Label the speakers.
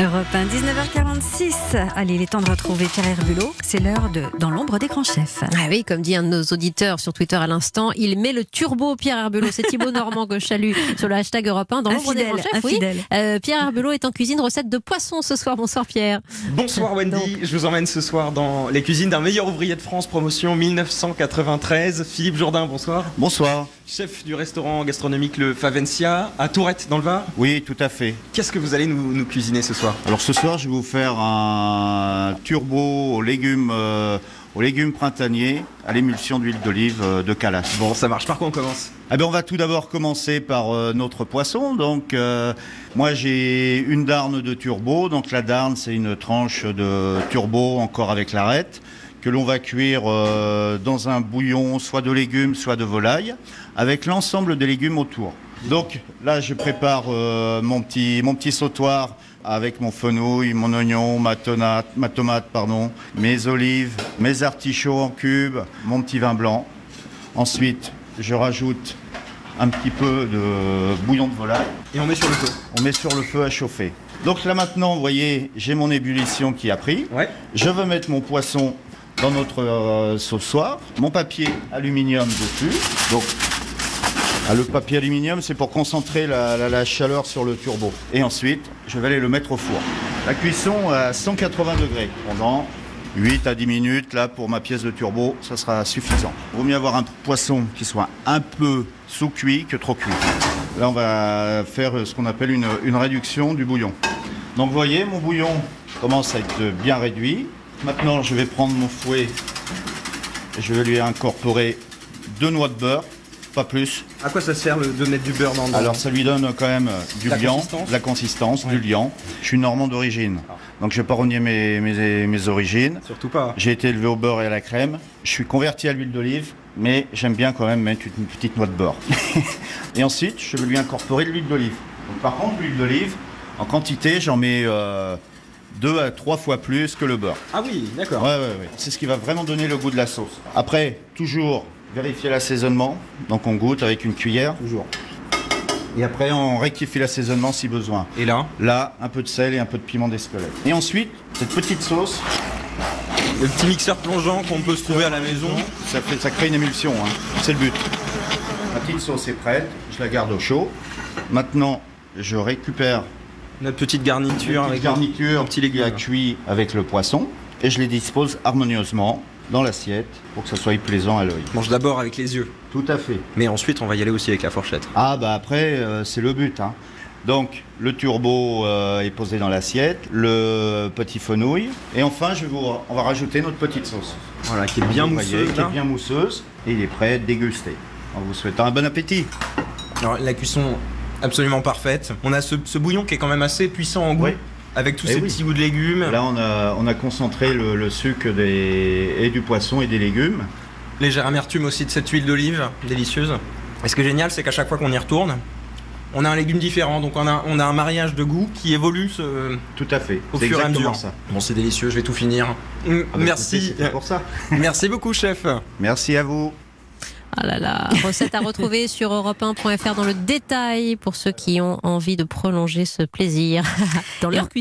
Speaker 1: Europe 1, 19h46. Allez, il est temps de retrouver Pierre Herbulot. C'est l'heure de Dans l'ombre des grands chefs.
Speaker 2: Ah oui, comme dit un de nos auditeurs sur Twitter à l'instant, il met le turbo Pierre Herbulot. C'est Thibaut Normand que je salue sur le hashtag Europe 1 dans l'ombre des
Speaker 1: Infidèle,
Speaker 2: grands chefs. Oui.
Speaker 1: infidèle.
Speaker 2: Euh, Pierre Herbulot est en cuisine recette de poisson ce soir. Bonsoir Pierre.
Speaker 3: Bonsoir Wendy, je vous emmène ce soir dans les cuisines d'un meilleur ouvrier de France, promotion 1993. Philippe Jourdain, bonsoir.
Speaker 4: Bonsoir.
Speaker 3: Chef du restaurant gastronomique Le Favencia à Tourette dans le Var.
Speaker 4: Oui, tout à fait.
Speaker 3: Qu'est-ce que vous allez nous, nous cuisiner ce soir
Speaker 4: Alors ce soir, je vais vous faire un turbo aux légumes, euh, aux légumes printaniers à l'émulsion d'huile d'olive euh, de Calas.
Speaker 3: Bon, ça marche, par quoi on commence
Speaker 4: Eh bien, on va tout d'abord commencer par euh, notre poisson. Donc, euh, moi, j'ai une darne de turbo. Donc, la darne, c'est une tranche de turbo encore avec l'arête que l'on va cuire euh, dans un bouillon, soit de légumes, soit de volaille, avec l'ensemble des légumes autour. Donc, là, je prépare euh, mon petit mon petit sautoir avec mon fenouil, mon oignon, ma, tonate, ma tomate, pardon, mes olives, mes artichauts en cubes, mon petit vin blanc. Ensuite, je rajoute un petit peu de bouillon de volaille.
Speaker 3: Et on met sur le feu.
Speaker 4: On met sur le feu à chauffer. Donc là maintenant, vous voyez, j'ai mon ébullition qui a pris.
Speaker 3: Ouais.
Speaker 4: Je veux mettre mon poisson dans notre euh, sauceoir. Mon papier aluminium dessus. Donc ah, le papier aluminium, c'est pour concentrer la, la- la chaleur sur le turbo. Et ensuite, je vais aller le mettre au four. La cuisson à 180 degrés pendant 8 à 10 minutes, là, pour ma pièce de turbo, ça sera suffisant. Vaut mieux avoir un poisson qui soit un peu sous-cuit que trop cuit. Là, on va faire euh, ce qu'on appelle une, une réduction du bouillon. Donc, vous voyez, mon bouillon commence à être bien réduit. Maintenant, je vais prendre mon fouet et je vais lui incorporer deux noix de beurre, pas plus.
Speaker 3: À quoi ça sert le- de mettre du beurre dans le
Speaker 4: Alors ça lui donne quand même euh, du
Speaker 3: Mmh. La
Speaker 4: liant,
Speaker 3: consistance.
Speaker 4: la consistance, du liant. Je suis normand d'origine, donc je vais pas renier mes, mes- mes origines.
Speaker 3: Surtout pas.
Speaker 4: J'ai été élevé au beurre et à la crème. Je suis converti à l'huile d'olive, mais j'aime bien quand même mettre une petite noix de beurre. et ensuite, je vais lui incorporer de l'huile d'olive. Donc, Par contre, l'huile d'olive, en quantité, j'en mets euh, deux à trois fois plus que le beurre.
Speaker 3: Ah oui, d'accord.
Speaker 4: Ouais, ouais, ouais. C'est ce qui va vraiment donner le goût de la sauce. Après, toujours vérifier l'assaisonnement. Donc on goûte avec une cuillère. Toujours. Et après, on rectifie l'assaisonnement si besoin.
Speaker 3: Et là,
Speaker 4: Là, un peu de sel et un peu de piment d'escalette. Et ensuite, cette petite sauce,
Speaker 3: le petit mixeur plongeant qu'on peut se trouver à la maison.
Speaker 4: ça, fait- ça crée une émulsion. hein. C'est le but. Ma petite sauce est prête. Je la garde au chaud. Maintenant, je récupère
Speaker 3: Notre petite garniture
Speaker 4: les
Speaker 3: avec
Speaker 4: garnitures
Speaker 3: un petit
Speaker 4: qui a
Speaker 3: légume.
Speaker 4: cuit avec le poisson. Et je les dispose harmonieusement dans l'assiette pour que ça soit plaisant à l'œil.
Speaker 3: Mange d'abord avec les yeux,
Speaker 4: Tout à fait.
Speaker 3: mais ensuite on va y aller aussi avec la fourchette.
Speaker 4: Ah bah après, euh, c'est le but. hein. Donc le turbo euh, est posé dans l'assiette, le petit fenouil, et enfin je vais vous, on va rajouter notre petite sauce.
Speaker 3: Voilà, qui est bien
Speaker 4: Vous voyez,
Speaker 3: mousseuse.
Speaker 4: qui est
Speaker 3: là.
Speaker 4: bien mousseuse, et il est prêt à être dégusté. En vous souhaitant un bon appétit.
Speaker 3: Alors, la cuisson absolument parfaite. On a ce, ce bouillon qui est quand même assez puissant en goût,
Speaker 4: Oui.
Speaker 3: avec tous
Speaker 4: Eh
Speaker 3: ces
Speaker 4: oui.
Speaker 3: petits goûts de légumes.
Speaker 4: Là on a, on a concentré le, le sucre des, et du poisson et des légumes.
Speaker 3: Légère amertume aussi de cette huile d'olive, délicieuse. Et ce qui est génial, c'est qu'à chaque fois qu'on y retourne, on a un légume différent, donc on a, on a un mariage de goût qui évolue ce-
Speaker 4: Tout à fait.
Speaker 3: au
Speaker 4: C'est
Speaker 3: fur et à
Speaker 4: exactement
Speaker 3: mesure.
Speaker 4: ça.
Speaker 3: Bon, c'est délicieux, je vais tout finir. Mm,
Speaker 4: Ah bah, écoutez,
Speaker 3: merci,
Speaker 4: c'était pour ça.
Speaker 3: merci beaucoup, chef.
Speaker 4: Merci à vous.
Speaker 2: Ah là là, recette à retrouver sur europe1.fr dans le détail pour ceux qui ont envie de prolonger ce plaisir dans leur cuisine.